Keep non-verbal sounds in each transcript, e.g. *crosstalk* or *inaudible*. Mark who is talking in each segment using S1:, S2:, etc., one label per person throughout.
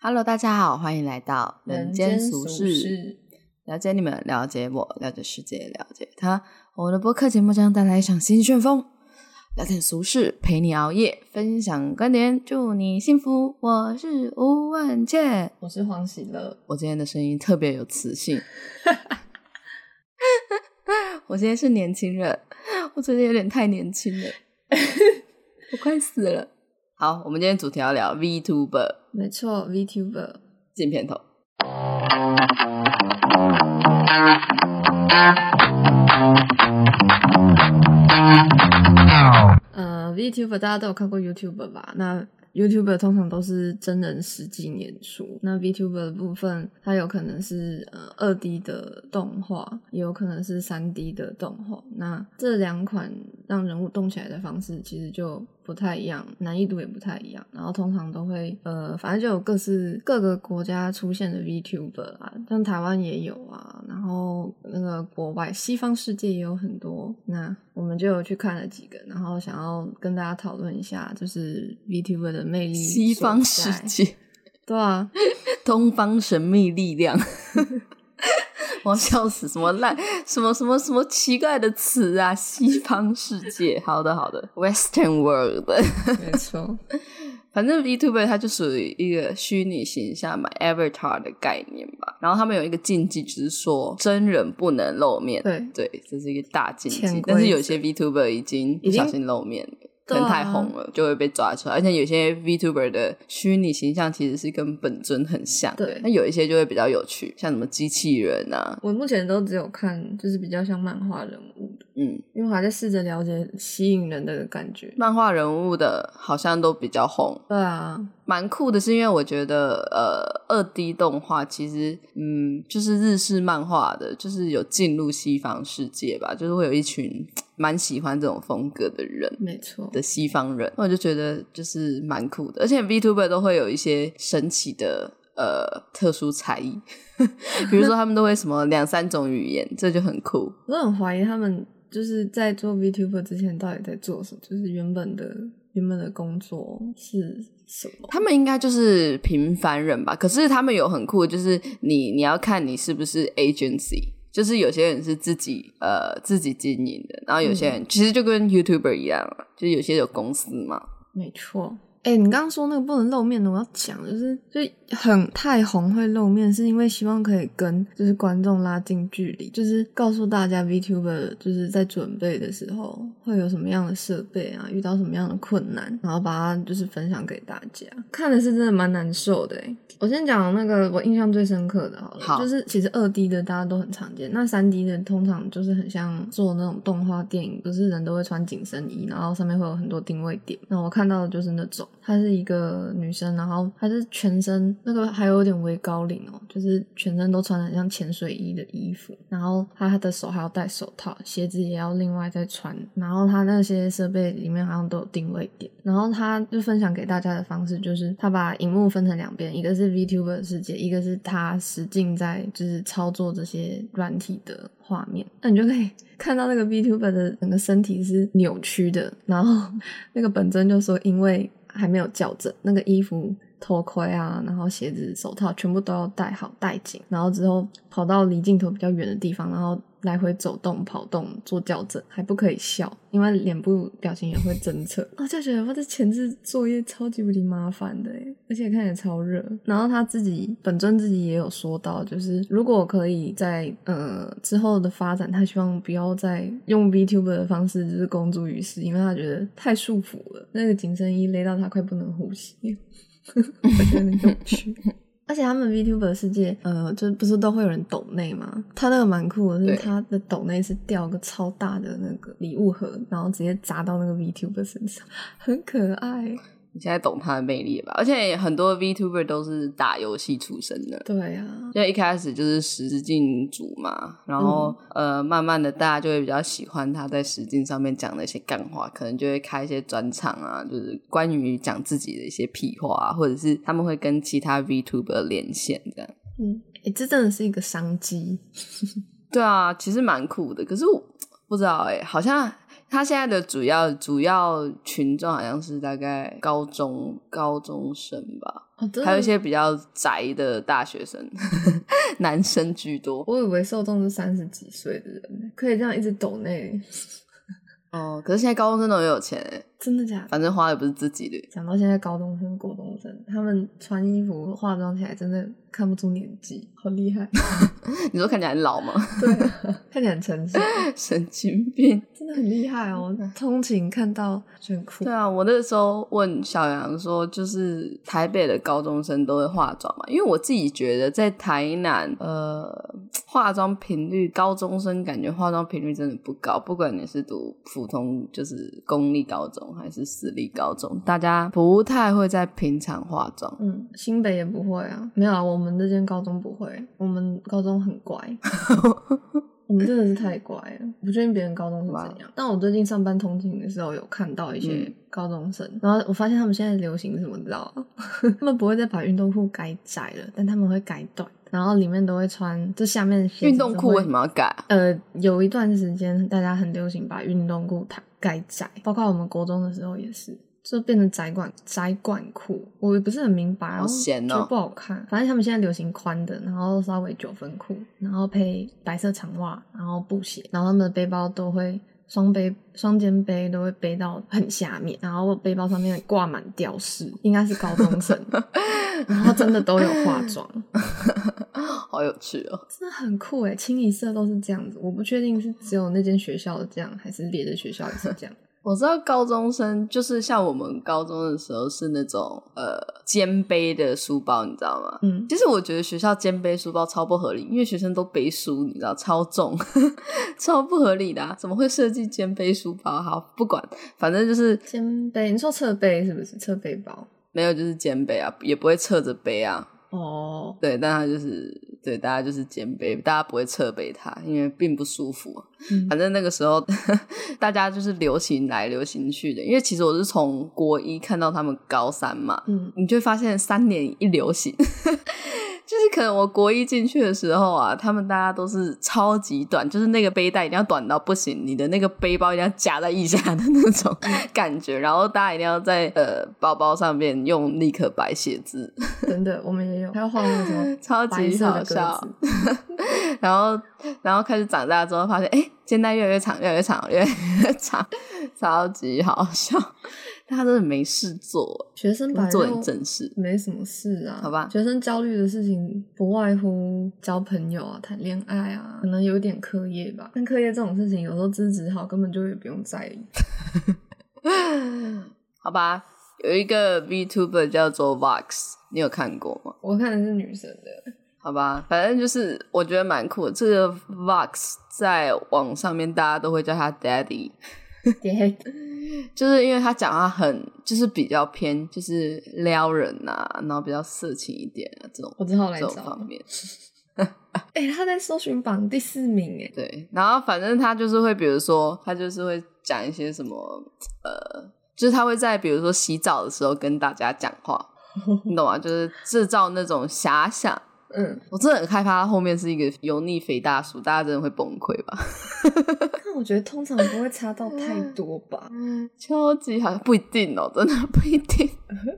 S1: Hello，大家好，欢迎来到人间俗
S2: 人间
S1: 事，了解你们，了解我，了解世界，了解他。我们的播客节目将带来一场新旋风，聊点俗事，陪你熬夜，分享观点，祝你幸福。我是吴万茜，
S2: 我是黄喜乐，
S1: 我今天的声音特别有磁性， *laughs* 我今天是年轻人，我最近有点太年轻了，我快死了。好，我们今天主题要聊 VTuber
S2: 没错，VTuber。
S1: 进片头。
S2: 呃，VTuber 大家都有看过 YouTuber 吧？那 YouTuber 通常都是真人实际演出，那 VTuber 的部分，它有可能是呃二 D 的动画，也有可能是三 D 的动画。那这两款让人物动起来的方式其实就不太一样，难易度也不太一样。然后通常都会呃，反正就有各式各个国家出现的 VTuber 啊，像台湾也有啊，然后那个国外西方世界也有很多。那我们就有去看了几个，然后想要跟大家讨论一下，就是 VTuber 的魅力所在。
S1: 西方世界，*laughs*
S2: 对啊，
S1: 东方神秘力量， *laughs* 我要笑死！什么烂，什么什么什么奇怪的词啊！西方世界，好的好的，Western World，
S2: 没错，
S1: 反正 VTuber 它就属于一个虚拟形象嘛，Avatar 的概念吧。然后他们有一个禁忌，就是说真人不能露面。 *laughs*
S2: 对
S1: 对，这是一个大禁
S2: 潜
S1: 忌。
S2: 规则
S1: 但是有些 VTuber 已经不
S2: 已经
S1: 小心露面了。可
S2: 对啊
S1: 能太红了，就会被抓出来。而且有些 VTuber 的虚拟形象其实是跟本尊很像，
S2: 对
S1: 那有一些就会比较有趣，像什么机器人啊，
S2: 我目前都只有看，就是比较像漫画人物的，
S1: 嗯，
S2: 因为我还在试着了解吸引人的感觉。
S1: 漫画人物的好像都比较红。
S2: 对啊，
S1: 蛮酷的，是因为我觉得，呃，二 D 动画其实，嗯，就是日式漫画的，就是有进入西方世界吧，就是会有一群蛮喜欢这种风格的人
S2: 没错，
S1: 的西方人，那我就觉得就是蛮酷的，而且 VTuber 都会有一些神奇的。呃，特殊才艺， *laughs* 比如说他们都会什么两三种语言，这就很酷。
S2: 我很怀疑他们就是在做 VTuber 之前到底在做什么，就是原本的原本的工作是什么？
S1: 他们应该就是平凡人吧？可是他们有很酷的，就是你你要看你是不是 agency，就是有些人是自己呃自己经营的，然后有些人、其实就跟 YouTuber 一样啊，就是有些有公司嘛。
S2: 没错。哎、你刚刚说那个不能露面的，我要讲，就是就很太红会露面，是因为希望可以跟就是观众拉近距离，就是告诉大家 VTuber 就是在准备的时候会有什么样的设备啊，遇到什么样的困难，然后把它就是分享给大家。看的是真的蛮难受的、欸。我先讲那个我印象最深刻的好了，
S1: 好
S2: 就是其实二 D 的大家都很常见，那三 D 的通常就是很像做那种动画电影，不是人都会穿紧身衣，然后上面会有很多定位点。那我看到的就是那种，她是一个女生，然后她是全身那个还有点微高领哦，就是全身都穿的很像潜水衣的衣服，然后她的手还要戴手套，鞋子也要另外再穿，然后她那些设备里面好像都有定位点，然后她就分享给大家的方式就是她把荧幕分成两边，一个是 VTuber 的世界，一个是她实境在就是操作这些软体的画面，那你就可以看到那个 VTuber 的整个身体是扭曲的，然后那个本尊就说，因为还没有校正，那个衣服、头盔啊，然后鞋子、手套全部都要戴好、戴紧，然后之后跑到离镜头比较远的地方，然后来回走动、跑动做校正，还不可以笑，因为脸部表情也会侦测。哦，就觉得我这前置作业超级无敌麻烦的耶，而且看起来超热。然后他自己本尊自己也有说到，就是如果可以在呃之后的发展，他希望不要再用 VTuber 的方式就是公诸于世，因为他觉得太束缚了，那个紧身衣勒到他快不能呼吸， *laughs* 我觉得很有趣。而且他们 VTuber 世界，呃，就不是都会有人抖内吗？他那个蛮酷的，
S1: 对
S2: 是他的抖内是掉个超大的那个礼物盒，然后直接砸到那个 VTuber 身上，很可爱。
S1: 你现在懂它的魅力了吧？而且很多 VTuber 都是打游戏出身的，
S2: 对啊，
S1: 就一开始就是实境组嘛，然后、呃，慢慢的大家就会比较喜欢他在实境上面讲的一些干话，可能就会开一些专场啊，就是关于讲自己的一些屁话、啊，或者是他们会跟其他 VTuber 连线这样。
S2: 嗯，哎、这真的是一个商机。
S1: 对啊，其实蛮酷的，可是我不知道哎、好像他现在的主要主要群众好像是大概高中高中生吧，
S2: 哦，真的
S1: 还有一些比较宅的大学生， *laughs* 男生居多。
S2: 我以为受众是三十几岁的人，可以这样一直抖内，
S1: 哦，可是现在高中生都很有钱哎，
S2: 真的假的？
S1: 反正花的不是自己的。
S2: 讲到现在，高中生、国中生，他们穿衣服、化妆起来真的看不出年纪，好厉
S1: *laughs*
S2: 害！
S1: 你说看起来很老吗？ *laughs*
S2: 对、啊，看起来很成熟，
S1: 神经病。
S2: 真的很厉害哦。通勤看到就很酷
S1: 嗯对，啊，我那时候问小杨说，就是台北的高中生都会化妆嘛？因为我自己觉得在台南，呃，化妆频率，高中生感觉化妆频率真的不高。不管你是读普通，就是公立高中还是私立高中，大家不太会在平常化妆。
S2: 嗯，新北也不会啊，没有啊，我们这间高中不会，我们高中很
S1: *laughs*
S2: 乖，我们真的是太乖了。不确定别人高中是怎样，但我最近上班通勤的时候有看到一些
S1: 哦嗯
S2: 高中生，然后我发现他们现在流行什么，你知道吗？ *laughs* 他们不会再把运动裤改窄了，但他们会改短，然后里面都会穿，就下面的鞋子
S1: 运动裤
S2: 会
S1: 为什么要改 *gasps* 啊？
S2: 呃，有一段时间大家很流行把运动裤改改窄，包括我们国中的时候也是，就变成窄管窄管裤，我也不是很明白，然后
S1: 闲
S2: 觉得
S1: 哦
S2: 不好看。反正他们现在流行宽的，然后稍微九分裤，然后配白色长袜，然后布鞋，然后他们的背包都会。双背、双肩背都会背到很下面，然后背包上面挂满吊饰，应该是高中
S1: *laughs*
S2: 生，然后真的都有化妆，
S1: 好有趣哦！
S2: 真的很酷哎，清一色都是这样子。我不确定是只有那间学校这样，还是别的学校也是这样。 *laughs*
S1: 我知道高中生就是像我们高中的时候是那种呃肩背的书包，你知道吗？
S2: 嗯，
S1: 其实我觉得学校肩背书包超不合理，因为学生都背书，你知道超重， *laughs* 超不合理的、啊，怎么会设计肩背书包？好，不管，反正就是
S2: 肩背，你说侧背是不是？侧背包
S1: 没有就是肩背啊，也不会侧着背啊。
S2: 哦，
S1: 对，但他就是对大家就是肩背，大家不会侧背它，因为并不舒服、啊。
S2: 嗯
S1: 反正那个时候 *laughs* 大家就是流行来流行去的，因为其实我是从国一看到他们高三嘛，
S2: 嗯，
S1: 你就会发现三年一流行， *laughs* 就是可能我国一进去的时候啊，他们大家都是超级短，就是那个背带一定要短到不行，你的那个背包一定要夹在腋下的那种 *laughs* 感觉，然后大家一定要在呃包包上面用立可白写字，
S2: 真的，我们也有，还有画那个什么
S1: *laughs* 超
S2: 白
S1: 级
S2: 色
S1: 好
S2: 的鸽
S1: 笑
S2: 子。，
S1: 然后然后开始长大之后，发现哎、诶肩带越来越长，越来越长，越来越长，超级好笑。 *laughs* 大家真的没事做，
S2: 学生本来
S1: 做点
S2: 就
S1: 正事。
S2: 没什么事啊，
S1: 好吧
S2: 学生焦虑的事情不外乎交朋友啊、谈恋爱啊，可能有一点课业吧。但课业这种事情，有时候资质好根本就也不用在意。
S1: 好吧，有一个 VTuber 叫做 Vox，你有看过吗？
S2: 我看的是女生的， *laughs*
S1: 好吧，反正就是我觉得蛮酷的。这个 Vox 在网上面大家都会叫他 Daddy，
S2: 爹
S1: 就是因为他讲话很就是比较偏就是撩人呐、啊，然后比较色情一点啊这种
S2: 我只好来
S1: 这种
S2: 找
S1: 方面。
S2: 哎、他在搜寻榜第四名哎，
S1: 对，然后反正他就是会，比如说他就是会讲一些什么，呃，就是他会在比如说洗澡的时候跟大家讲话，你懂吗？就是制造那种遐想。
S2: 嗯，
S1: 我真的很害怕他后面是一个油腻肥大叔，大家真的会崩溃吧？ *laughs*
S2: 但我觉得通常不会差到太
S1: 嗯
S2: 多吧。
S1: 超级好像不一定哦，真的不一定。 *laughs*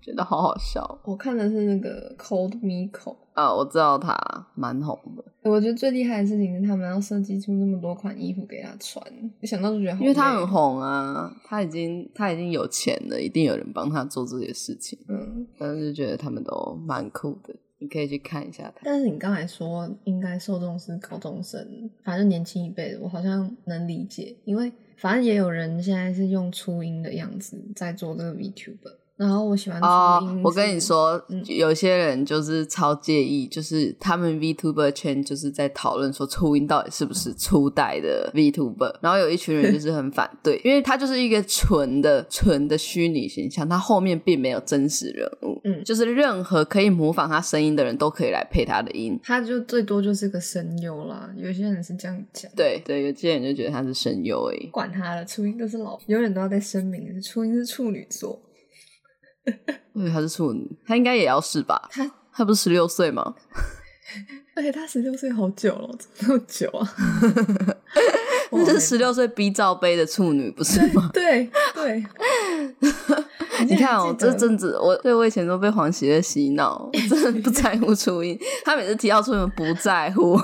S1: 觉得好好笑哦
S2: 我看的是那个 Cold Miko，
S1: 啊！我知道他蛮红的，
S2: 我觉得最厉害的事情是他们要设计出那么多款衣服给他穿，一想到就觉得好累，哦
S1: 因为他很红啊，他已经他已经有钱了，一定有人帮他做这些事情。
S2: 嗯。
S1: 但是就觉得他们都蛮酷的，你可以去看一下他。
S2: 但是你刚才说应该受众是高中生，反正年轻一辈的，我好像能理解，因为反正也有人现在是用初音的样子在做这个 VTuber，然后我喜欢
S1: 哦
S2: 初音、，
S1: 我跟你，说，
S2: 嗯
S1: 有些人就是超介意，就是他们 VTuber 圈就是在讨论说初音到底是不是初代的 VTuber，然后有一群人就是很反对，因为他就是一个纯的纯的虚拟形象，他后面并没有真实人物，
S2: 嗯
S1: 就是任何可以模仿他声音的人都可以来配他的音。
S2: 他就最多就是个声优啦，有些人是这样讲。
S1: 对对，有些人就觉得他是声优而已。
S2: 管他了，初音都是老，永远都要在声明，初音是处女座，
S1: 因为他是处女，他应该也要是吧？
S2: 他
S1: 他不是十六岁吗？
S2: 而且他十六岁好久了，怎么那么久啊？
S1: *laughs* 那是十六岁逼罩杯的处女，不是吗？
S2: *laughs* 对
S1: *laughs*
S2: 对，
S1: 你
S2: 竟然
S1: 看
S2: 还
S1: 哦，
S2: 记
S1: 这
S2: 得
S1: 阵子我对我以前都被黄喜乐洗脑，我真的不在乎初音。他每次提到初音不在乎，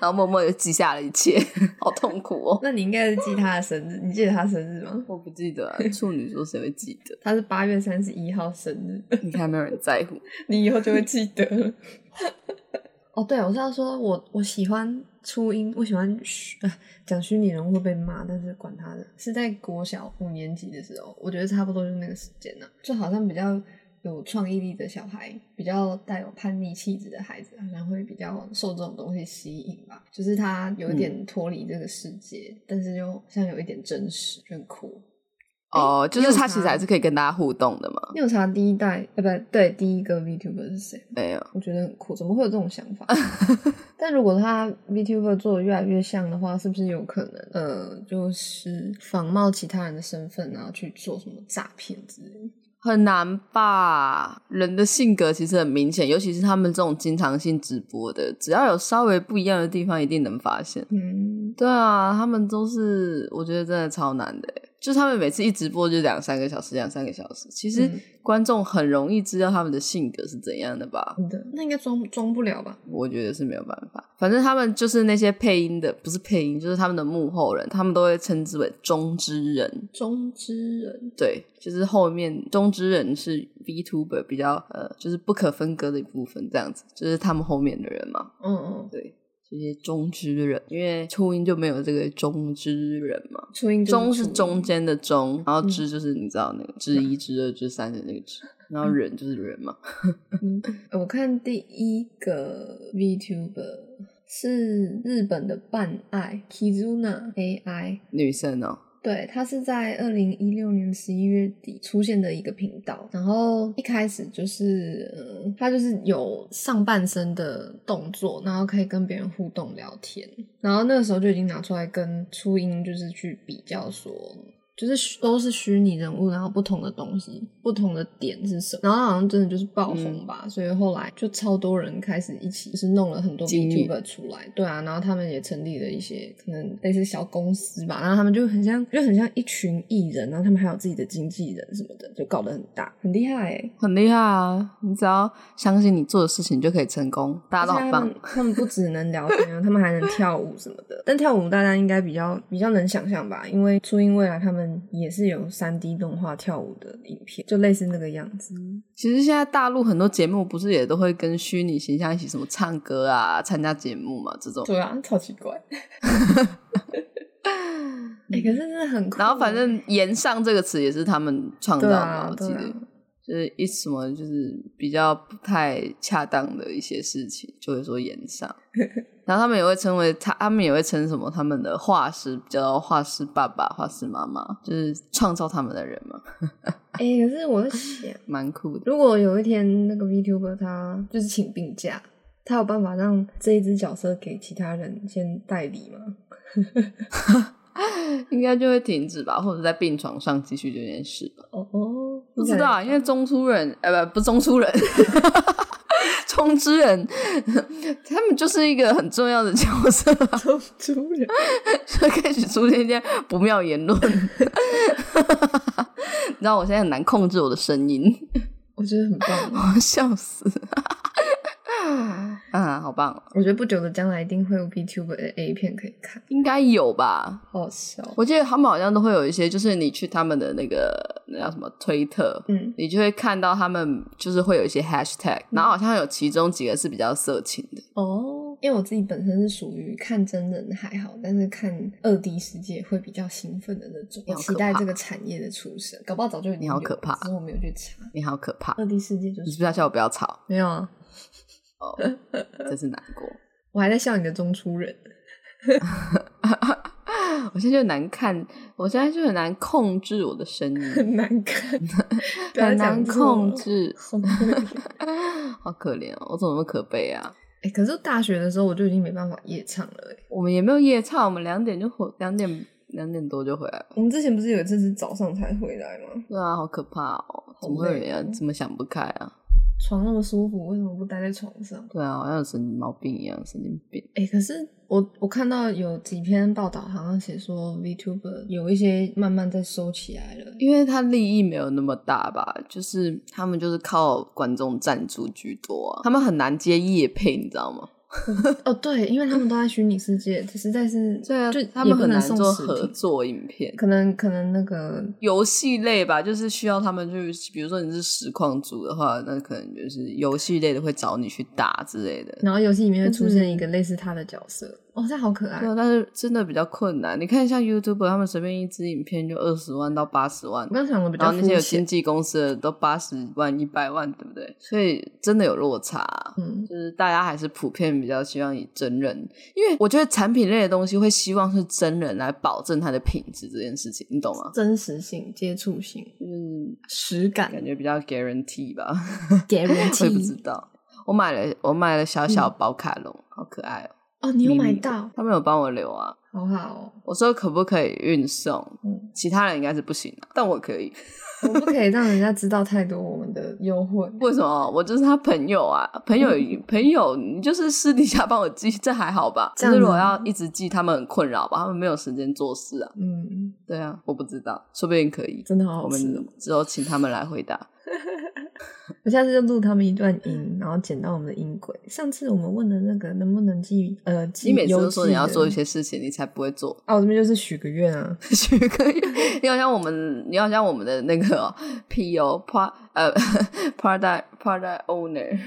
S1: 然后默默就记下了一切，好痛苦哦。
S2: 那你应该是记他的生日，你记得他生日吗？
S1: 我不记得、啊，处女座谁会记得？
S2: 他是八月三十一号生日，
S1: 你看，没有人在乎。
S2: 你以后就会记得了。 *laughs* 哦，对，我是要说我我喜欢初音，我喜欢虚啊讲虚拟人物会被骂，但是管他的，是在国小五年级的时候，我觉得差不多就是那个时间呢、就好像比较有创意力的小孩，比较带有叛逆气质的孩子，好像会比较受这种东西吸引吧，就是他有一点脱离这个世界，但是又好像有一点真实，就很酷。
S1: 哦，就是他
S2: 你有查
S1: 其实还是可以跟大家互动的嘛。
S2: 你有查第一代，呃，不对，第一个 VTuber 是谁？
S1: 没有，
S2: 我觉得很酷，怎么会有这种想 *laughs* 法？但如果他 VTuber 做的越来越像的话，是不是有可能呃，就是仿冒其他人的身份，然后去做什么诈骗之类的？
S1: 很难吧？人的性格其实很明显，尤其是他们这种经常性直播的，只要有稍微不一样的地方，一定能发现。
S2: 嗯，
S1: 对啊，他们都是我觉得真的超难的欸，就是他们每次一直播就两三个小时，两三个小时，其实
S2: 嗯
S1: 观众很容易知道他们的性格是怎样的吧？
S2: 真的，那应该装装不了吧？
S1: 我觉得是没有办法。反正他们就是那些配音的，不是配音，就是他们的幕后人，他们都会称之为中之人。
S2: 中之人，
S1: 对，就是后面中之人是 VTuber 比较呃，就是不可分割的一部分，这样子，就是他们后面的人嘛。
S2: 嗯嗯，
S1: 对，这些中之人，因为初音就没有这个中之人嘛。
S2: 初音
S1: 中
S2: 是
S1: 是
S2: 初音
S1: 中，间的中，然后
S2: 嗯
S1: 之就是你知道那个之一、之二、之三的那个之，然后人就是人嘛。
S2: 嗯，我看第一个 VTuber 是日本的半爱 Kizuna AI，
S1: 女生哦，
S2: 对，它是在二零一六年十一月底出现的一个频道，然后一开始就是，呃，它就是有上半身的动作，然后可以跟别人互动聊天，然后那个时候就已经拿出来跟初音就是去比较说。就是虚都是虚拟人物，然后不同的东西，不同的点是什么？然后好像真的就是爆红吧，所以后来就超多人开始一起，就是弄了很多
S1: 经历
S2: VTuber 出来，对啊，然后他们也成立了一些可能类似小公司吧，然后他们就很像，就很像一群艺人，然后他们还有自己的经纪人什么的，就搞得很大，很厉害哎、欸。
S1: 很厉害啊！你只要相信你做的事情就可以成功，大家都
S2: 而
S1: 好
S2: 且他
S1: 棒
S2: 们。他们不只能聊天啊，他们还能跳舞什么的。但跳舞大家应该比较比较能想象吧，因为初音未来他们也是有三 D 动画跳舞的影片，就类似那个样子。
S1: 其实现在大陆很多节目不是也都会跟虚拟形象一起什么唱歌啊、参加节目嘛这种，
S2: 对啊，超奇怪。哎、可是真的很酷 *laughs* 欸。
S1: 然后反正“言上”这个词也是他们创造
S2: 对
S1: 的
S2: 啊
S1: 嘛，，我
S2: 对
S1: 记
S2: 啊
S1: 得。就是一什么就是比较不太恰当的一些事情，就会说延
S2: *laughs*
S1: 上。然后他们也会称为他，他们也会称什么他们的画师，叫画师爸爸、画师妈妈，就是创造他们的人嘛，
S2: 哎、可是我在想。
S1: 蛮酷的。
S2: 如果有一天那个 VTuber 他就是请病假，他有办法让这一只角色给其他人先代理吗？
S1: 应该就会停止吧，或者在病床上继续这件事吧。
S2: 哦哦，
S1: 不知道啊，因为中出人，呃，不，不是中出人。 *laughs* 中之人， *laughs* 他们就是一个很重要的角色、啊，
S2: 抽出人，
S1: 就开始出现一些不妙言论。 *laughs* 你知道我现在很难控制我的声音，
S2: *laughs* 我觉得很棒。
S1: 我笑死。 *laughs* 啊，好棒哦，
S2: 我觉得不久的将来一定会有 VTuber 的 A 片可以看，
S1: 应该有吧？
S2: 好笑。
S1: 我记得他们好像都会有一些，就是你去他们的那个那叫什么推特，
S2: 嗯，
S1: 你就会看到他们就是会有一些 hashtag，然后好像有其中几个是比较色情的。
S2: 哦，因为我自己本身是属于看真人还好，但是看二 D 世界会比较兴奋的那种
S1: 你，好可
S2: 期待
S1: 怕
S2: 这个产业的出生，搞不好早就已经
S1: 你好
S2: 有
S1: 可
S2: 了
S1: 怕
S2: 只是我没有去查。
S1: 你好可怕！
S2: 二 D 世界就
S1: 你是
S2: 是
S1: 不是要叫我不要吵？
S2: 没有啊，
S1: 哦，真是难过。
S2: 我还在笑你的中出人。
S1: 我现在就很难看，我现在就很难控制我的声音。
S2: 很难看， *laughs* 不要
S1: 很
S2: 讲
S1: 难
S2: 这种
S1: 控。制，
S2: 好可
S1: *laughs*
S2: 怜
S1: 好可怜哦！我怎么那么可悲啊？
S2: *laughs* 哎、可是大学的时候我就已经没办法夜唱了、欸。
S1: 我们也没有夜唱，我们两点就回，两点两点多就回来了。
S2: 我们之前不是有一次是早上才回来吗？
S1: 对啊，好可怕哦！
S2: 好
S1: 怎么会有
S2: 累哦
S1: 人要这么想不开啊？
S2: 床那么舒服，为什么不待在床上？
S1: 对啊，好像有神经毛病一样，神经病。
S2: 哎、可是我我看到有几篇报道，好像写说 VTuber 有一些慢慢在收起来了，
S1: 因为他利益没有那么大吧，就是他们就是靠观众赞助居多、啊，他们很难接业配，你知道吗？
S2: 哦，对，因为他们都在虚拟世界，实在是
S1: 对啊
S2: 就，
S1: 他
S2: 也
S1: 们
S2: 不
S1: 很
S2: 能
S1: 难
S2: 送
S1: 做
S2: 食
S1: 合
S2: 品，
S1: 作影片。
S2: 可能可能那个
S1: 游戏类吧，就是需要他们去，比如说你是实况组的话，那可能就是游戏类的会找你去打之类的。
S2: 然后游戏里面会
S1: 但
S2: 出
S1: 是
S2: 现一个类似他的角色，哦，这好可爱
S1: 对啊，但是真的比较困难。你看像 YouTube，他们随便一支影片就二十万到八十万
S2: 我，刚想的比
S1: 然
S2: 较
S1: 后那些有
S2: 肤
S1: 经
S2: 浅，
S1: 纪公司的都八十万、一百万，对不对？所以真的有落差啊、
S2: 嗯，
S1: 就是大家还是普遍比较希望以真人，因为我觉得产品类的东西会希望是真人来保证它的品质这件事情，你懂吗？
S2: 真实性、接触性、
S1: 就是
S2: 实
S1: 感
S2: 感
S1: 觉比较 guarantee 吧
S2: guarantee
S1: 我也不知道。我买了，我买了小小宝卡龙，好可爱哦、
S2: 哦，你有买
S1: 秘密的
S2: 到，
S1: 他们有帮我留啊。
S2: 好好哦。
S1: 我说可不可以运送？
S2: 嗯，
S1: 其他人应该是不行、啊，但我可以。
S2: 我们不可以让人家知道太多我们的优惠。
S1: 为什么？我就是他朋友啊，朋友、
S2: 嗯
S1: 朋友，你就是私底下帮我寄，这还好吧？
S2: 这
S1: 就
S2: 样
S1: 是
S2: 子
S1: 如果
S2: 吗
S1: 要一直寄，他们很困扰吧？他们没有时间做事啊。
S2: 嗯，
S1: 对啊，我不知道，说不定可以。
S2: 真的好
S1: 我
S2: 好吃哦。
S1: 们之后请他们来回答。
S2: 我下次就录他们一段音，然后剪到我们的音轨。上次我们问的那个能不能寄呃寄
S1: 你每次
S2: 邮
S1: 都说你
S2: 寄
S1: 要
S2: 的
S1: 做一些事情，你才不会做。
S2: 啊，我这边就是许个愿啊，
S1: 许个 *laughs* 愿，你好像我们，你好像我们的那个、P O Pro 呃 *laughs* product product owner，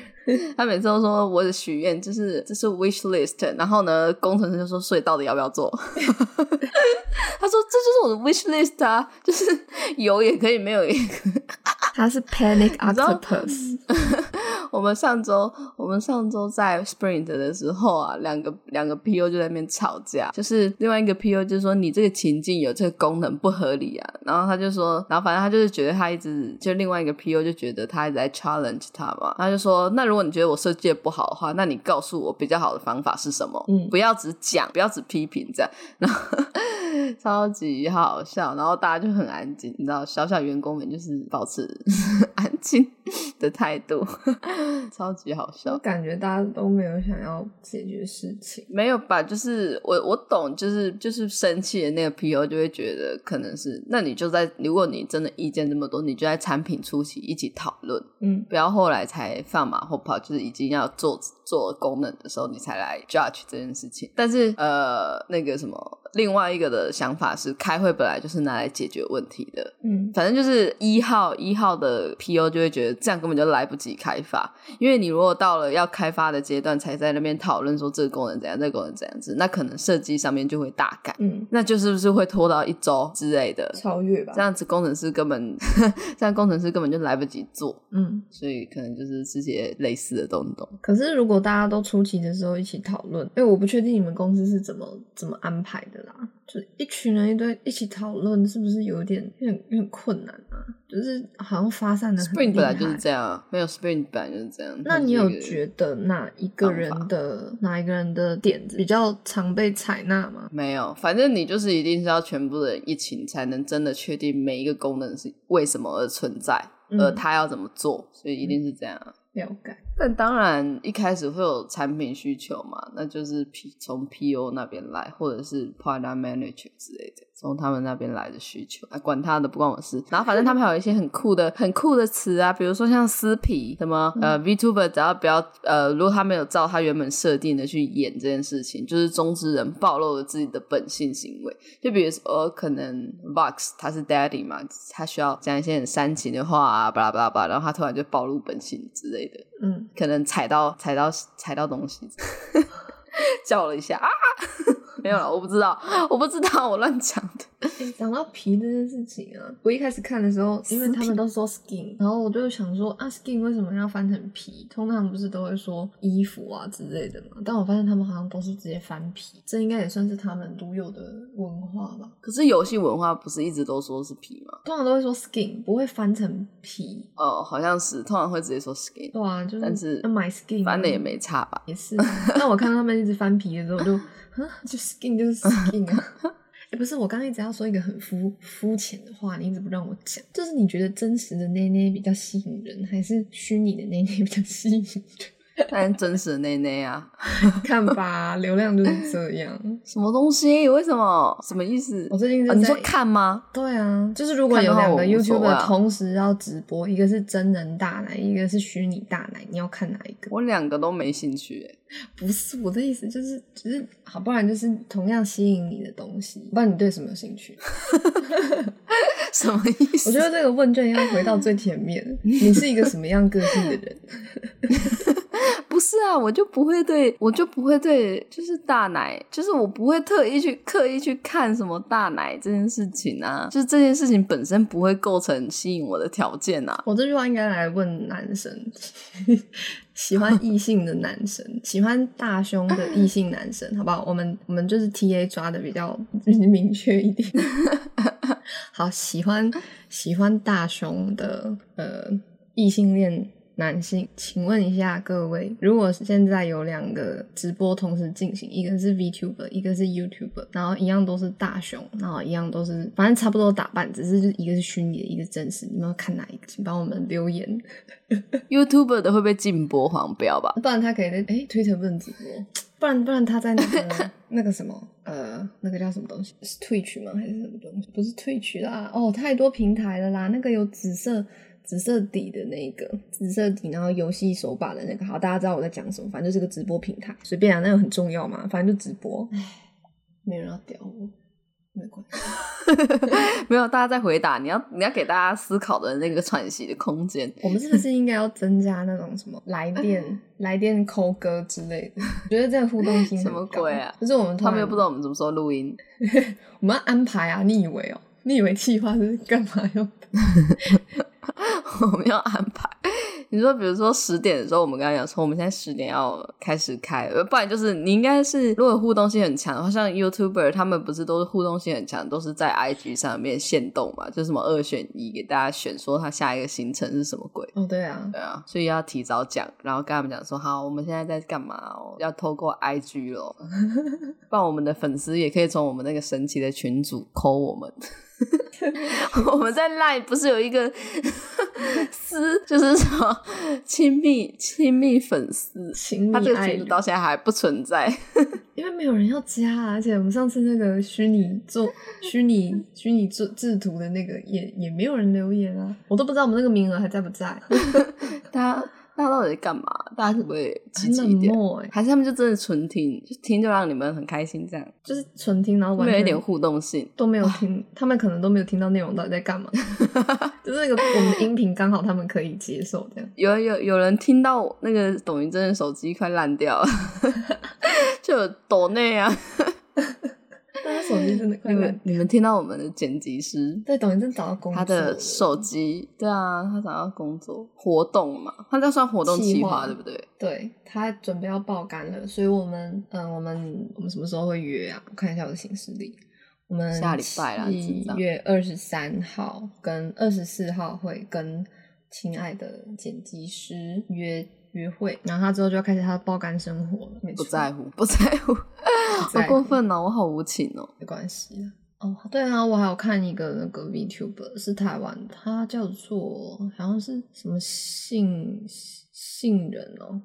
S1: 他 *laughs* 每次都说我的许愿就是这是 wish list，然后呢，工程师就说所以到底要不要做？ *laughs* 他说这就是我的 wish list 啊， *laughs* 就是有也可以，没有也可以。
S2: 他
S1: *laughs*
S2: 是 Panic
S1: 你知道
S2: Octopus，
S1: *laughs* 我们上周我们上周在 Sprint 的时候啊，两个两个 PO 就在那边吵架，就是另外一个 PO 就说你这个情境有这个功能不合理啊，然后他就说，然后反正他就是觉得他一直就另外一个 PO 就觉得他一直在 challenge 他嘛，他就说那如果你觉得我设计的不好的话，那你告诉我比较好的方法是什么？
S2: 嗯
S1: 不要只讲，不要只批评这样，然后超级好笑，然后大家就很安静，你知道，小小员工们就是保持 *laughs* 安静的态度， *laughs* 超级好
S2: 我
S1: 笑。
S2: 感觉大家都没有想要解决事情。
S1: 没有吧？就是我我懂，就是就是生气的那个 PO 就会觉得可能是，那你就在如果你真的意见这么多，你就在产品初期一起讨论，
S2: 嗯，
S1: 不要后来才放马后炮，就是已经要做做功能的时候，你才来 judge 这件事情。但是呃，那个什么，另外一个的想法是，开会本来就是拿来解决问题的。
S2: 嗯，
S1: 反正就是一号一号的 PO 就会觉得这样根本就来不及开发，因为你如果到了要开发的阶段，才在那边讨论说这个功能怎样，这个功能怎样子，那可能设计上面就会大改，
S2: 嗯，
S1: 那就是不是会拖到一周之类的？
S2: 超越吧
S1: 这。样子工程师根本， *laughs* 这样工程师根本就来不及做。
S2: 嗯，
S1: 所以可能就是这些类似的东东。
S2: 可是如果大家都出期的时候一起讨论，因为我不确定你们公司是怎么怎么安排的啦，就一群人一堆一起讨论，是不是有点有点有点困难啊？就是好像发散的很
S1: Spring
S2: 厉
S1: 本来
S2: 害
S1: 就是这样啊，没有 Spring 本来就是这样。它
S2: 那你有
S1: 就是一个
S2: 觉得哪一个人
S1: 方法
S2: 的哪一个人的点子比较常被采纳吗？
S1: 没有？反正你就是一定是要全部的人一起，你才能真的确定每一个功能是为什么而存在，
S2: 嗯
S1: 而它要怎么做，所以一定是这样啊。
S2: 了解。
S1: 但当然，一开始会有产品需求嘛，那就是 P 从 PO 那边来，或者是 Product Manager 之类的，从他们那边来的需求，啊，管他的，不关我事。然后反正他们还有一些很酷的、很酷的词啊，比如说像撕皮，什么呃 VTuber，只要不要呃，如果他没有照他原本设定的去演这件事情，就是中之人暴露了自己的本性行为。就比如说，可能 Vox 他是 Daddy 嘛，他需要讲一些很煽情的话啊，巴拉巴拉巴拉，然后他突然就暴露本性之类的。
S2: 嗯，
S1: 可能踩到踩到踩到东
S2: *laughs*
S1: 西，叫了一下啊， *laughs* 没有了，我不知道，我不知道，我乱讲的。
S2: 讲到皮这件事情啊，我一开始看的时候，因为他们都说 skin，然后我就想说啊，skin 为什么要翻成皮？通常不是都会说衣服啊之类的嘛，但我发现他们好像都是直接翻皮，这应该也算是他们独有的文化吧。
S1: 可是游戏文化不是一直都说是皮吗？
S2: 通常都会说 skin，不会翻成皮。
S1: 哦，好像是，通常会直接说 skin，
S2: 对啊，就是
S1: 但是
S2: 要买 skin，啊
S1: 反正也没差吧。
S2: *laughs* 也是。但我看到他们一直翻皮的时候，我就啊，就 skin 就是 skin 啊。欸不是，我刚刚一直要说一个很肤肤浅的话，你一直不让我讲。就是你觉得真实的内内比较吸引人，还是虚拟的内内比较吸引人？ *laughs*
S1: 但是真实的内内啊，
S2: 看吧，流量就是这样。
S1: 什么东西？为什么？什么意思？
S2: 我最近
S1: 啊
S2: 就
S1: 你
S2: 在、
S1: 说看吗？
S2: 对啊，就是如果
S1: 看的
S2: 有
S1: 话
S2: 两个
S1: 我无所谓啊
S2: YouTuber 同时要直播，一个是真人大奶，一个是虚拟大奶，你要看哪一个？
S1: 我两个都没兴趣、欸。
S2: 不是我的意思，就是只是好，不然就是同样吸引你的东西。不然你对什么有兴趣？
S1: 什么意思？
S2: 我觉得这个问卷要回到最前 *laughs* 面，你是一个什么样个性的人？
S1: 不是啊，我就不会对，我就不会对，就是大奶，就是我不会特意去刻意去看什么大奶这件事情啊，就是这件事情本身不会构成吸引我的条件啊。
S2: 我这句话应该来问男生， *laughs* 喜欢异性的男生，喜欢大胸的异性男生，好不好？我们我们就是 T A 抓的比较明确一点。 *laughs* 好，喜欢喜欢大胸的呃异性恋男性，请问一下各位，如果现在有两个直播同时进行，一个是 VTuber，一个是 YouTuber，然后一样都是大胸，然后一样都是反正差不多打扮，只是就是一个是虚拟的，一个是真实，你们要看哪一个？请帮我们留言，
S1: YouTuber 的会被禁播黄标吧？
S2: 不然他可以在哎 Twitter 不能直播， *laughs* 不然不然他在那个 *laughs* 那个什么呃那个叫什么东西是 Twitch 吗？还是什么东西？不是 Twitch 啦，哦太多平台了啦，那个有紫色。紫色底的那个，紫色底，然后游戏手把的那个，好，大家知道我在讲什么，反正就是个直播平台，随便啊，那个很重要嘛，反正就直播，唉，没人要屌我，没关系，
S1: 没有，大家在回答，你要你要给大家思考的那个喘息的空间。
S2: *laughs* 我们是不是应该要增加那种什么来 *laughs* 电、来电抠歌之类的？我觉得这个互动性很
S1: 什么
S2: 高
S1: 鬼啊
S2: 就是我们通
S1: 他们又
S2: 常
S1: 不知道我们什么时候录音，
S2: 我们要安排啊！你以为哦、你以为计划是干嘛用？
S1: *laughs* 我们要安排。你说，比如说十点的时候，我们刚刚讲说我们现在十点要开始开，呃不然就是你应该是如果互动性很强的话，像 YouTuber 他们不是都是互动性很强，都是在 IG 上面限动嘛，就什么二选一给大家选，说他下一个行程是什么鬼。
S2: *laughs* 哦，对啊，
S1: 对啊，所以要提早讲，然后跟他们讲说，好，我们现在在干嘛哦？要透过 IG 咯， *laughs* 不然我们的粉丝也可以从我们那个神奇的群组扣我们。 *laughs* 我们在 Line 不是有一个 *laughs* 私，就是什么亲密亲密粉丝，
S2: 亲
S1: 他这
S2: 密
S1: 个
S2: 爱
S1: 群
S2: 侣
S1: 组，到现在还不存在。
S2: 因为没有人要加、啊，而且我们上次那个虚拟做 *laughs* 虚拟虚拟制制图的那个也也没有人留言啊，我都不知道我们那个名额还在不在， *laughs*
S1: 大家大家到底在干嘛？大家可不可以积
S2: 很
S1: 极
S2: 冷
S1: 一点？
S2: 漠哎、
S1: 还是他们就真的纯听，就听就让你们很开心，这样
S2: *laughs* 就是纯听，然后完
S1: 没有
S2: 全
S1: 一点互动性。
S2: 都没有 *laughs* 听，他们可能都没有听到内容到底在 *laughs* 干嘛，就是那个我们的音频刚好他们可以接受 *laughs* 这样。
S1: 有有有人听到那个董云珍的手机快烂掉了， *laughs* 就有抖内啊！
S2: 但他手机真的快
S1: 你
S2: 烂
S1: 们，你们听到我们的剪辑师
S2: 对，董宇真找到嗯工作
S1: 他
S2: 了，
S1: 的手机，对啊，他找到工作活动嘛，他叫算活动
S2: 企
S1: 计
S2: 划
S1: 划对不对？
S2: 对他准备要爆肝了，所以我们嗯，我们我们什么时候会约啊？我看一下我的行事历，我们
S1: 下礼拜啦
S2: 七
S1: 紧张
S2: 月二十三号跟二十四号会跟亲爱的剪辑师约约会，然后他之后就要开始他的爆肝生活了，没
S1: 不
S2: 错
S1: 在乎，不在乎，
S2: 不
S1: 好
S2: 在
S1: 过
S2: 乎
S1: 分哦！我好无情哦！
S2: 没关系啦。哦，对啊，我还有看一个那个 VTuber 是台湾的，他叫做好像是什么杏杏仁哦，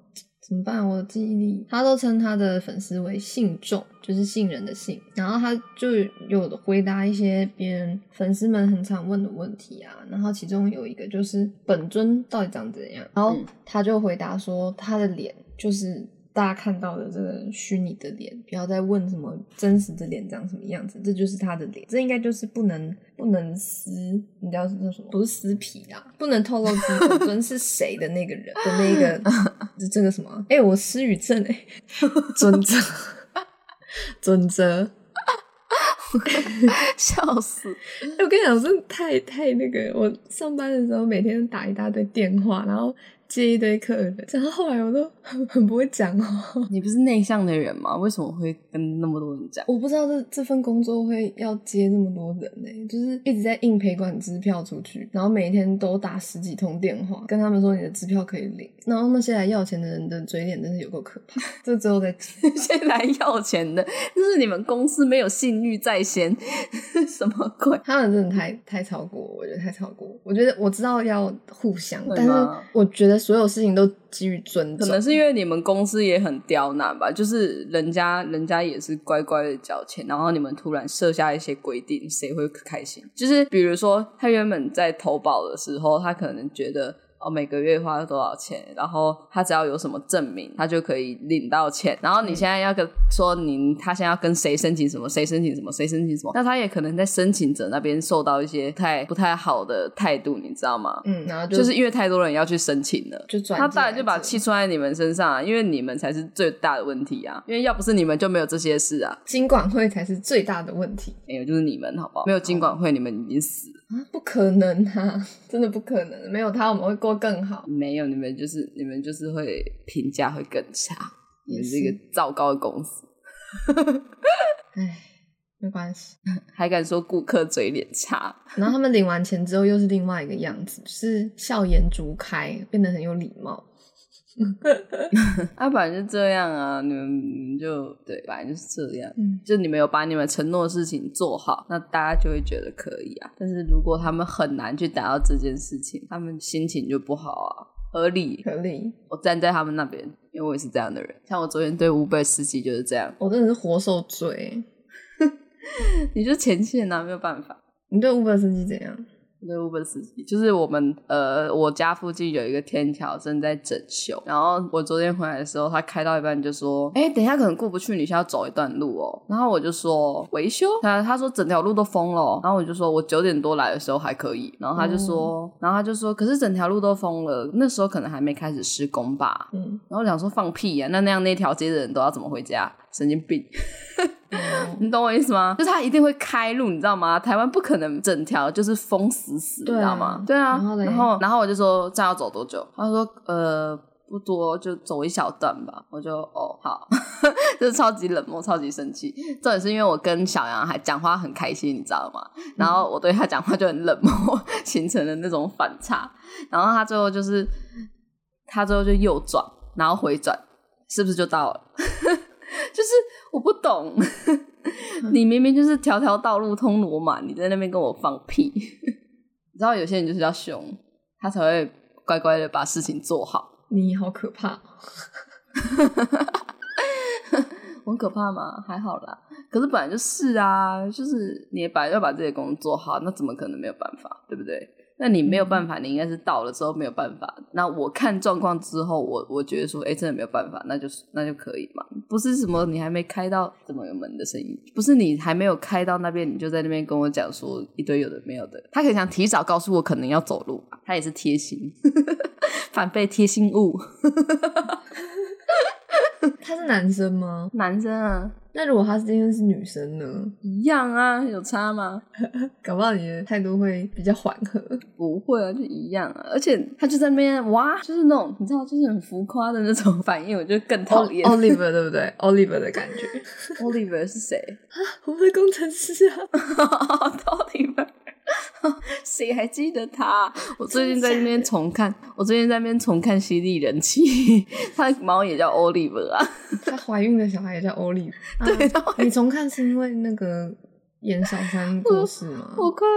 S2: 怎么办？我的记忆力，他都称他的粉丝为信众，就是信人的信。然后他就有回答一些别人粉丝们很常问的问题啊，然后其中有一个就是本尊到底长怎样，然后
S1: 嗯
S2: 他就回答说他的脸就是。大家看到的这个虚拟的脸，不要再问什么真实的脸长什么样子，这就是他的脸，这应该就是不能不能撕，你知道是那什么？不是撕皮啦，不能透露自己本尊是谁的那个人的那个这这个什么啊？哎、我失语症 *laughs* 哎、准 *laughs* 则，准则。
S1: 笑
S2: *laughs*
S1: 死！
S2: 哎我跟你讲，我真的太太那个，我上班的时候每天打一大堆电话，然后接一堆客人，讲到后来我都 *laughs* 很很不会讲话。
S1: 你不是内向的人吗？为什么会跟那么多人讲？ *laughs*
S2: 我不知道这这份工作会要接那么多人呢、就是一直在硬赔款支票出去，然后每天都打十几通电话，跟他们说你的支票可以领，然后那些来要钱的人的嘴脸真是有够可怕。 *laughs* 这之后再讲，
S1: 现在要钱的，就是你们公司没有信誉在先， *laughs* 什么鬼？
S2: 他们真的
S1: 嗯
S2: 太太超过我，我觉得太超过我。我觉得我知道要互相，
S1: 对
S2: 但是
S1: 吗
S2: 我觉得所有事情都基于尊
S1: 可
S2: 重。
S1: 能是因为你们公司也很刁难吧，就是人家人家也是乖乖的交钱，然后你们突然设下一些规定，谁会开心？就是比如说，他原本在投保的时候，他可能觉得。哦，每个月花多少钱？然后他只要有什么证明，他就可以领到钱。然后你现在要跟说你，他现在要跟谁申请什么，谁申请什么，谁申请什么，那他也可能在申请者那边受到一些不太不太好的态度，你知道吗？
S2: 嗯，然后就
S1: 就是因为太多人要去申请了，
S2: 就转
S1: 他
S2: 进
S1: 当然
S2: 来
S1: 就把
S2: 这
S1: 气出在你们身上、啊，因为你们才是最大的问题啊！因为要不是你们，就没有这些事啊！
S2: 金管会才是最大的问题
S1: 没有，就是你们，好不好？没有金管会，你们已经死了。
S2: 啊！不可能啊，真的不可能，没有他我们会过更好。
S1: 没有，你们就是你们就是会评价会更差，你们
S2: 也
S1: 是一个糟糕的公司，
S2: 唉，没关系。
S1: 还敢说顾客嘴脸差？
S2: 然后他们领完钱之后又是另外一个样子，就是笑颜逐开，变得很有礼貌。
S1: *laughs* 啊，本来就这样啊，你们你们就对，本来就是这样。
S2: 嗯，
S1: 就你们有把你们承诺的事情做好，那大家就会觉得可以啊。但是如果他们很难去达到这件事情，他们心情就不好啊。合理，
S2: 可以。
S1: 我站在他们那边，因为我也是这样的人。像我昨天对 Uber 司机就是这样， *laughs*
S2: 我真的是活受罪。
S1: 你就前线啊，没有办法。
S2: 你对 Uber 司机怎样？
S1: 对 Uber 司机，就是我们呃，我家附近有一个天桥正在整修，然后我昨天回来的时候，他开到一半就说：“哎、等一下可能过不去，你需要走一段路哦。”然后我就说：“维修？”他他说整条路都封了哦，然后我就说：“我九点多来的时候还可以。”然后他就说，然后他就说：“可是整条路都封了，那时候可能还没开始施工吧。”
S2: 嗯，
S1: 然后我想说放屁呀、那那样那条街的人都要怎么回家？神经病！你懂我意思吗？就是他一定会开路，你知道吗？台湾不可能整条就是封死死，
S2: 对啊
S1: 你知道吗？对啊。
S2: 然后嘞
S1: 然后然后我就说这样要走多久？他说呃不多，就走一小段吧。我就哦好， *laughs* 就是超级冷漠，超级生气。重点是因为我跟小杨还讲话很开心，你知道吗？然后我对他讲话就很冷漠，形成了那种反差。然后他最后就是他最后就右转，然后回转，是不是就到了？ *laughs* 就是我不懂， *laughs* 你明明就是条条道路通罗马，你在那边跟我放屁。你知道有些人就是要凶，他才会乖乖的把事情做好。
S2: 你好可怕。
S1: 我很可怕吗？还好啦，可是本来就是啊，就是你也本来要把自己的工作做好，那怎么可能没有办法，对不对？那你没有办法，你应该是到了之后没有办法。那我看状况之后，我我觉得说，哎，真的没有办法，那就是那就可以嘛，不是什么你还没开到怎么有门的生意，不是你还没有开到那边，你就在那边跟我讲说一堆有的没有的。他可以想提早告诉我可能要走路，他也是贴心， *laughs* 反被贴心物，
S2: 他是男生吗？
S1: 男生啊
S2: 那如果他今天是女生呢？
S1: 一样啊，有差吗？
S2: 搞不好你的态度会比较缓和。
S1: 不会啊，就一样啊，而且他就在那边哇，就是那种你知道，就是很浮夸的那种反应，我就更讨厌。
S2: Oliver 对不对？Oliver 的感觉，
S1: *laughs* Oliver 是谁
S2: *laughs*
S1: *laughs*
S2: 我们的工程师啊，
S1: ？Oliver，谁还记得他？我最近在那边重看，我最近在那边重看《犀利人妻》， *laughs* 他的猫也叫 Oliver 啊。
S2: 她怀孕的小孩也叫 *laughs* Oliver。
S1: *laughs* 对，
S2: 啊、
S1: 然后
S2: 你重看是因为那个演小三过世 *laughs* 吗？
S1: 我快要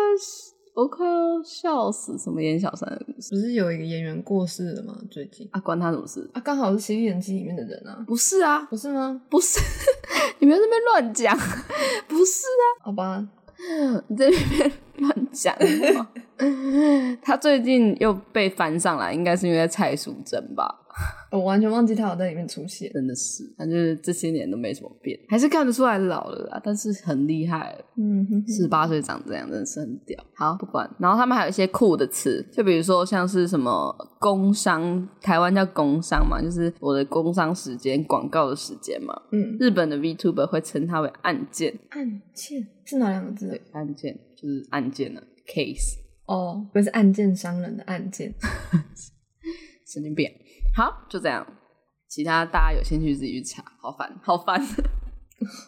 S1: 我快要笑死，什么演小三的故事
S2: 不是有一个演员过世了吗？最近
S1: 啊？关他什么事？
S2: 啊，刚好是《犀利人妻》里面的人啊，
S1: 不是啊，
S2: 不是吗？
S1: 不是， *laughs* 你不要在那边乱讲， *laughs* 不是啊
S2: 好吧，
S1: 你 *laughs* 在那边乱讲话。他最近又被翻上来，应该是因为蔡淑珍吧？
S2: 我完全忘记他有在里面出现。
S1: 真的是，他就是这些年都没什么变，还是看得出来老了啦，但是很厉害了。
S2: 嗯哼
S1: 十八岁长这样，真的是很屌。好，不管。然后他们还有一些酷的词，就比如说像是什么工商，台湾叫工商嘛，就是我的工商时间、广告的时间嘛。
S2: 嗯，
S1: 日本的 VTuber 会称它为案件，
S2: 案件是哪两个字？啊
S1: 案件就是案件啊、，case。
S2: 哦，不是案件商人的案件，
S1: 神经病。好，就这样，其他大家有兴趣自己去查，好烦，好烦。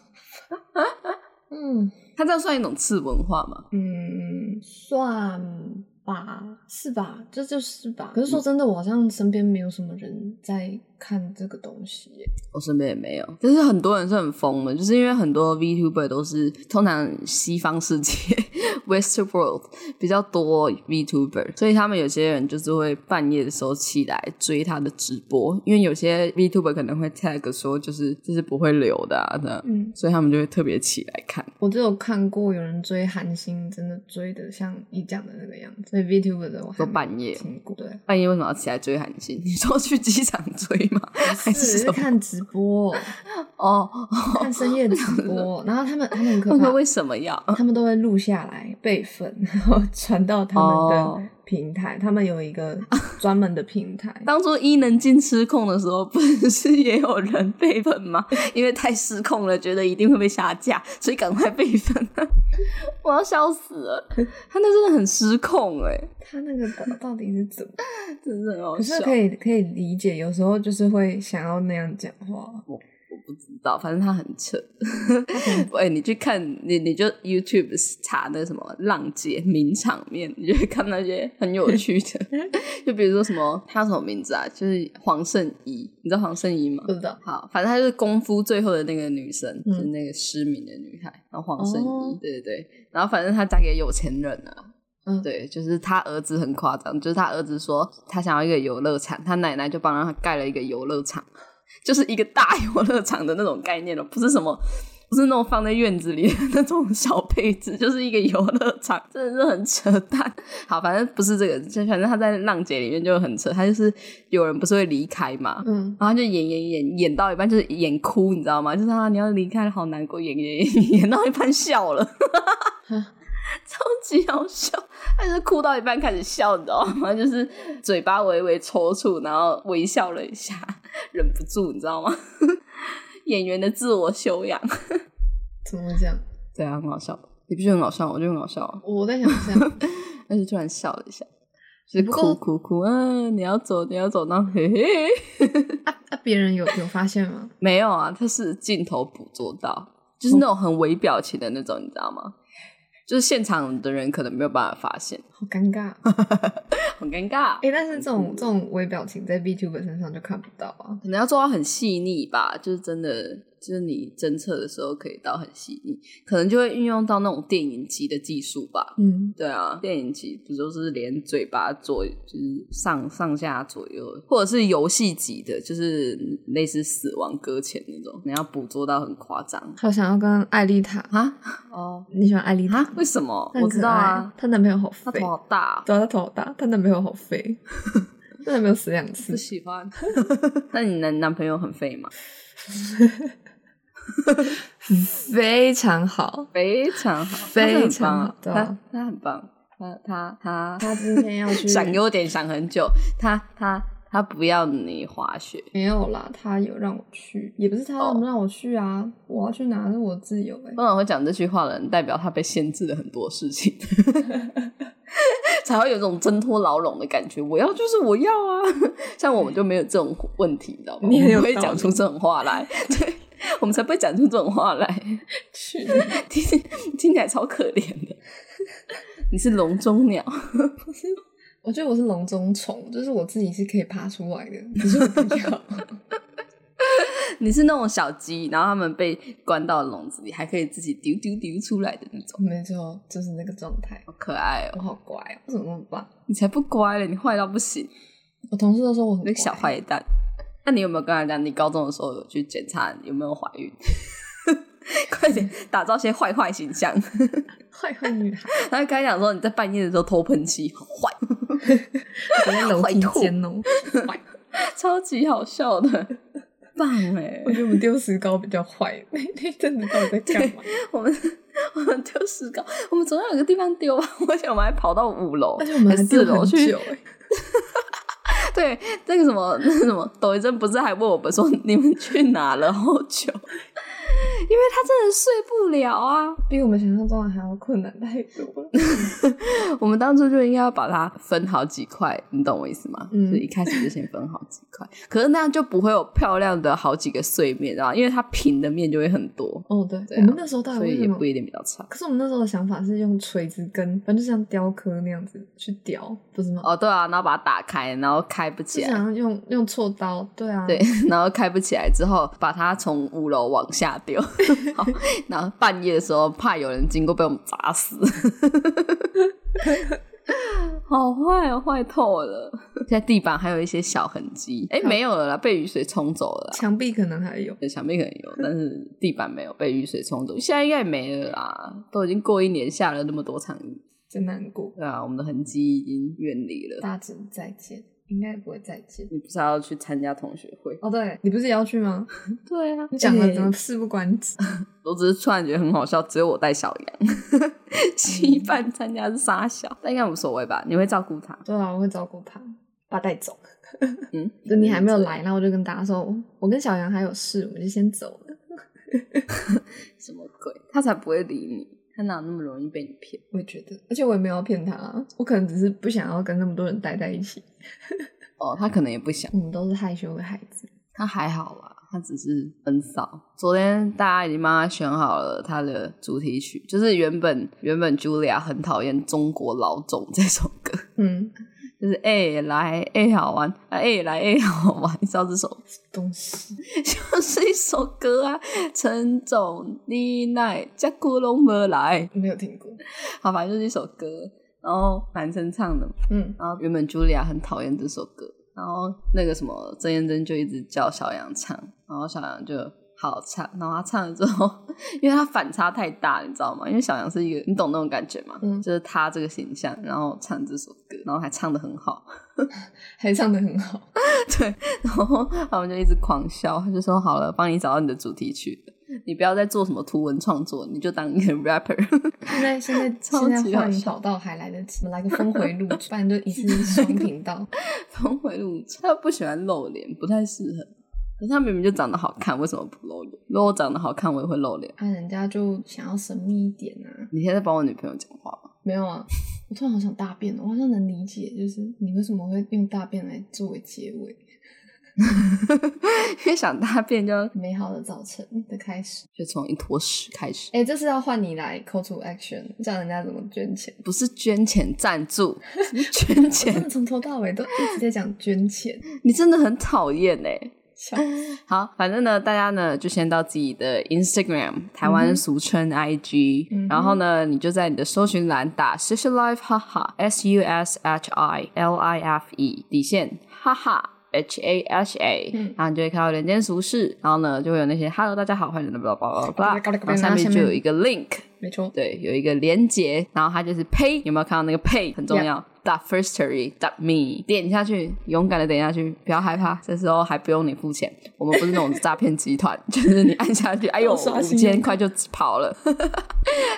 S1: *laughs*
S2: 嗯
S1: 它这样算一种次文化吗？
S2: 嗯，算吧，是吧？这就是吧。嗯可是说真的，我好像身边没有什么人在看这个东西耶。
S1: 我身边也没有，但是很多人是很疯的，就是因为很多 VTuber 都是通常西方世界 *laughs* Western World 比较多 VTuber，所以他们有些人就是会半夜的时候起来追他的直播，因为有些 VTuber 可能会 tag 说就是这是不会留的啊，这样
S2: 嗯，
S1: 所以他们就会特别起来看。
S2: 我只有看过有人追韩星，真的追的像你讲的那个样子。所以 VTuber 的我还
S1: 都
S2: 没
S1: 半夜
S2: 听过，对，
S1: 半夜为什么要起来追韩信？你说去机场追吗？还什
S2: 是是
S1: 么？
S2: 看直
S1: *laughs*
S2: 播，
S1: 哦，
S2: 看深夜直播，然后他们他们很可
S1: 那
S2: 怕
S1: 个，为什么要？
S2: 他们都会录下来备份，然后传到他们
S1: 哦
S2: 的平台。他们有一个专门的
S1: *laughs*
S2: 平台，
S1: 当初伊能静失控的时候，不是也有人备份吗？因为太失控了，觉得一定会被下架，所以赶快备份。我要笑死了，他那真的很失控哎、
S2: 他那个到到底是怎么？
S1: 真的很好
S2: 可
S1: 笑
S2: 是。可以可以理解，有时候就是会想要那样讲话。
S1: 我不知道，反正他很扯。 *laughs* 哎、你去看你你就 YouTube 查那什么浪姐名场面，你就会看那些很有趣的，就比如说什么他什么名字啊，就是黄圣依，你知道黄圣依吗？
S2: 不知道，
S1: 好，反正她就是功夫最后的那个女生，
S2: 嗯
S1: 就是那个失明的女孩，然后黄圣依，
S2: 哦
S1: 对对对，然后反正她嫁给有钱人啊，
S2: 嗯
S1: 对，就是她儿子很夸张，就是她儿子说他想要一个游乐场，他奶奶就帮他盖了一个游乐场， *laughs* 就是一个大游乐场的那种概念了，哦不是什么。不是那种放在院子里的那种小配置，就是一个游乐场，真的是很扯淡。好，反正不是这个，就反正他在《浪姐》里面就很扯，他就是有人不是会离开嘛，
S2: 嗯，
S1: 然后就演演演演到一半就是演哭，你知道吗？就是啊，你要离开了，好难过，演演 *laughs* 演演到一半笑了， *laughs* 超级好笑。他就是哭到一半开始笑，你知道吗？就是嘴巴微微抽搐，然后微笑了一下，忍不住，你知道吗？ *laughs* 演员的自我修养，
S2: 怎么讲？
S1: 对啊，很好笑。你不觉得很好笑吗？我觉得很好笑啊，
S2: 我在想一 *laughs* 下，
S1: 但是突然笑了一下，就是
S2: 不
S1: 哭
S2: 过
S1: 哭哭，嗯、你要走，你要走，然后嘿嘿，
S2: 啊啊，别人有有发现吗？
S1: 没有啊，他是镜头捕捉到，就是那种很微表情的那种，你知道吗？就是现场的人可能没有办法发现，
S2: 好尴尬。哦
S1: 很尴尬。
S2: 哎、但是这种这种微表情在 B Tuber 身上就看不到啊。
S1: 可能要做到很细腻吧，就是真的，就是你侦测的时候可以到很细腻，可能就会运用到那种电影级的技术吧。
S2: 嗯，
S1: 对啊，电影级不就是连嘴巴左就是上上下左右，或者是游戏级的，就是类似死亡搁浅那种，你要捕捉到很夸张
S2: 好想要跟艾丽塔，
S1: 啊！哦
S2: 你喜欢艾丽塔
S1: 啊
S2: 吗？，
S1: 为什么？
S2: 她很
S1: 我
S2: 可
S1: 知道啊
S2: 爱，，她男朋友好
S1: 他
S2: 肥
S1: 头，好大、
S2: 对啊，她头好大，她男朋友好肥， *laughs* 她男朋友死两次
S1: 不，喜 *laughs* 欢。那你男男朋友很废吗？
S2: 非常好。
S1: 非常好，啊
S2: 非常好
S1: 他
S2: 对啊
S1: 很棒他他很棒，他他他
S2: 她今天要去
S1: 想优点想很久，他他他不要你滑雪，
S2: 没有啦，她有让我去，也不是她让
S1: 哦
S2: 不让我去啊我要去拿是我自由哎、
S1: 通常会讲这句话的人，代表他被限制了很多事 *laughs* 情。才会有种挣脱牢笼的感觉。我要就是我要啊， *laughs* 像我们就没有这种问题，你知道吗？
S2: 你很有
S1: 我们不会
S2: 道理
S1: 讲出这种话来，对，我们才不会讲出这种话来。
S2: 去，
S1: *laughs* 听听起来超可怜的。你是笼中鸟，
S2: *laughs* 我觉得我是笼中虫，就是我自己是可以爬出来的，可是我不要。 *laughs*
S1: 你是那种小鸡，然后它们被关到笼子里，还可以自己丢丢丢出来的那种，
S2: 没错，就是那个状态。
S1: 好可爱哦、
S2: 我好乖哦，我怎么那么棒？
S1: 你才不乖嘞，你坏到不行，
S2: 我同事都说我很
S1: 那个小
S2: 乖
S1: 坏蛋。那你有没有跟他讲，你高中的时候有去检查有没有怀孕？ *laughs* 快点打造些坏坏形象。
S2: 坏坏女 *laughs* 孩，
S1: 然后跟他讲说你在半夜的时候偷喷漆，好坏。
S2: 我在楼梯间哦。坏，
S1: 超级好笑的， *laughs* 棒哎、
S2: *laughs* 我觉得我们丢石膏比较坏。那那阵子到底在干嘛？ *laughs*
S1: 我们 *laughs* 我们丢石膏，我们总要有个地方丢吧， *laughs* 而且我们还跑到五楼，
S2: 而且我们还
S1: 四
S2: 丢
S1: 楼
S2: 很
S1: 去
S2: 久。哎，
S1: *laughs* 对， *laughs* 那 *laughs* 个什么那个什么，抖音真不是还问我们说你们去哪了好久？
S3: 因为他真的睡不了啊。
S2: 比我们想象中的还要困难太多了。
S1: 我们当初就应该要把它分好几块，你懂我意思吗？
S2: 嗯
S1: 就是一开始就先分好几块，可是那样就不会有漂亮的好几个碎面啊，因为它平的面就会很多，
S2: *laughs* 哦，对，
S1: 对啊
S2: 我们那时候到底
S1: 所
S2: 为
S1: 以
S2: 什
S1: 也
S2: 么
S1: 不？一定比较差。
S2: 可是我们那时候的想法是用锤子跟，反正就像雕刻那样子去雕，不是吗？
S1: 哦，对啊，然后把它打开，然后开不
S2: 是
S1: 起来，
S2: 想要用用锉刀，对啊，
S1: 对，然后开不起来之后，把它从五楼往下 *laughs* 丢，好然后半夜的时候怕有人经过被我们砸 *laughs* 死，好坏哦，坏透了。现在地板还有一些小痕迹，哎，没有了啦，被雨水冲走了啦。
S2: 墙壁可能还有。
S1: 墙壁可能有，但是地板没有被雨水冲走，现在应该也没了啦。都已经过一年，下了那么多场雨，
S2: 真难过。
S1: 对啊，我们的痕迹已经远离了。
S2: 大致再见，应该不会再见。
S1: 你不是要去参加同学会？
S2: 哦，对你不是也要去吗？
S1: 对啊
S2: 你讲了怎么事不关 *laughs* 己？
S1: 我只是突然觉得很好笑，只有我带小羊， *laughs* 稀
S2: 嗯
S1: 饭参加是傻小，但应该无所谓吧？你会照顾他？
S2: 对啊，我会照顾他，把他带走。
S1: 嗯，
S2: 就你还没有来，那我就跟大家说，我我跟小杨还有事，我们就先走了。
S1: 什么鬼？他才不会理你，他哪有那么容易被你骗？
S2: 我也觉得，而且我也没有要骗他啊，我可能只是不想要跟那么多人待在一起。
S1: 哦，他可能也不想，
S2: 我们都是害羞的孩子，
S1: 他还好啦，他只是很少。昨天大家已经帮他选好了他的主题曲，就是原本原本 Julia 很讨厌《中国老总》这首歌，
S2: 嗯，
S1: 就是哎、来哎、好玩，哎、来哎、好玩，你知道这首
S2: 东西
S1: 就是一首歌啊，陈总你奈加古龙没来，
S2: 没有听过，
S1: 好吧，就是一首歌，然后男生唱的嘛，
S2: 嗯，
S1: 然后原本 Julia 很讨厌这首歌，然后那个什么郑燕珍就一直叫小杨唱，然后小杨就好唱，然后他唱了之后，因为他反差太大，你知道吗？因为小杨是一个，你懂那种感觉吗？
S2: 嗯
S1: 就是他这个形象，然后唱这首歌，然后还唱的很好，
S2: 还唱的很好，
S1: 对，然后 *laughs* 他们就一直狂笑，他就说：“好了，帮你找到你的主题曲了，你不要再做什么图文创作，你就当一个 *laughs* rapper。
S2: 现在现在
S1: 超
S2: 现在
S1: 级好
S2: 换
S1: 笑
S2: 跑道还来得及，我们来个峰回路转，不然就一次双频道。”
S1: 峰回路转，他不喜欢露脸，不太适合。可是他明明就长得好看，为什么不露脸？如果我长得好看，我也会露脸。
S2: 啊，人家就想要神秘一点啊。
S1: 你现在在帮我女朋友讲话吗？
S2: 没有啊，我突然好想大便哦，我好像能理解，就是你为什么会用大便来作为结尾，
S1: 因为想大便就
S2: 美好的早晨的开始。
S1: 就从一坨屎开始，
S2: 哎、这是要换你来 call to action，叫人家怎么捐钱。
S1: 不是捐钱赞助， *laughs* 什么捐
S2: 我真
S1: 钱
S2: 的，从头到尾都一直在讲捐钱，
S1: 你真的很讨厌哎、
S2: 笑
S1: *laughs* 好，反正呢，大家呢就先到自己的 Instagram，台湾俗称 IG，、
S2: 嗯嗯哼
S1: 然后呢，你就在你的搜寻栏打 Social Life，哈哈，S U S H I L I F E 底线，哈哈。H A H A，、
S2: 嗯
S1: 然后你就会看到人间俗事，然后呢就会有那些 Hello 大家好，欢迎的 blah blah blah blah，
S2: 嘎啦嘎啦嘎啦
S1: 然后下
S2: 然后
S1: 面
S2: 下面
S1: 就有一个 link，
S2: 没错，
S1: 对，有一个连接，然后它就是 pay，有没有看到那个 pay 很重要 dot firstory dot me，点下去，勇敢的点下去，不要害怕，这时候还不用你付钱，我们不是那种诈骗集团， *laughs* 就是你按下去，哎呦，
S2: 我刷
S1: 五
S2: 信用
S1: 千块就跑了。 *laughs*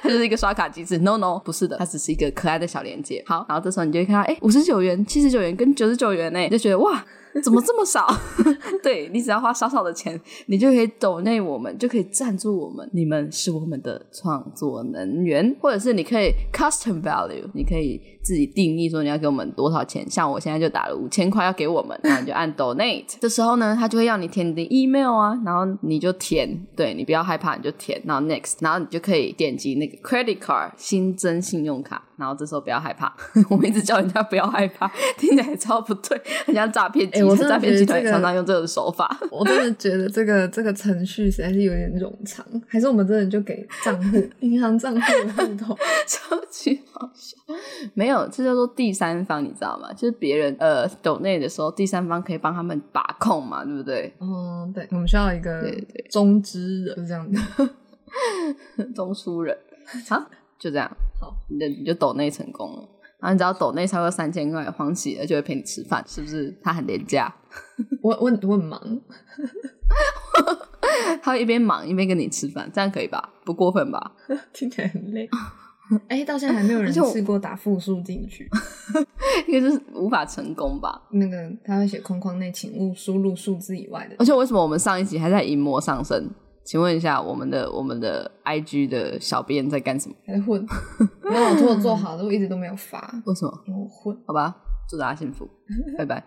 S1: 它就是一个刷卡机制，no no，不是的，它只是一个可爱的小连接。好，然后这时候你就会看到，哎，五十九元、七十九元跟九十九元呢，就觉得哇，怎么这么少？ *laughs* 对你只要花少少的钱，你就可以抖内我们，就可以赞助我们，你们是我们的创作能源，或者是你可以 custom value，你可以自己定义说你要给我们多少钱。像我现在就打了五千块要给我们，然后你就按 donate，这时候呢，他就会要你填你的 email 啊，然后你就填，对你不要害怕，你就填，然后 next，然后你就可以点击那个 credit card 新增信用卡，然后这时候不要害怕， *laughs* 我们一直叫人家不要害怕，听起来超不对，很像诈骗集
S2: 哎我
S1: 团，
S2: 真的
S1: 诈骗
S2: 觉得
S1: 集团也
S2: 这个
S1: 常常用这种手法。
S2: *laughs* 我真的觉得这个这个程序实在是有点冗长，还是我们真的就给账户、银行账户的户头， *laughs*
S1: *laughs* 超级好笑。没有，这叫做第三方，你知道吗？就是别人呃抖内的时候，第三方可以帮他们把控嘛，对不对？ *laughs*
S2: 嗯，对，我们需要一个
S1: 对对
S2: 中之人，就这样子。
S1: 中出人啊，就这样。
S2: 好，
S1: 你的你就抖内成功了。然后你只要抖内超过三千块，黄喜儿就会陪你吃饭，是不是？他很廉价，
S2: 我我很我很忙，
S1: 他会一边忙一边跟你吃饭，这样可以吧？不过分吧？
S2: 听起来很
S1: *laughs*
S2: 累。哎、到现在还没有人
S1: 而且我
S2: 试过打复数进去。
S1: 应该就是无法成功吧？
S2: 那个他会写框框内，请勿输入数字以外的
S1: 哦而。且为什么我们上一集还在淫魔上身？请问一下，我们的我们的 IG 的小编在干什么？
S2: 还在
S1: *laughs*
S2: 混，没有我做做好的，我一直都没有发，
S1: 为什么？
S2: 我混，
S1: 好吧，祝大家幸福，拜拜。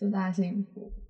S2: 祝大家幸福。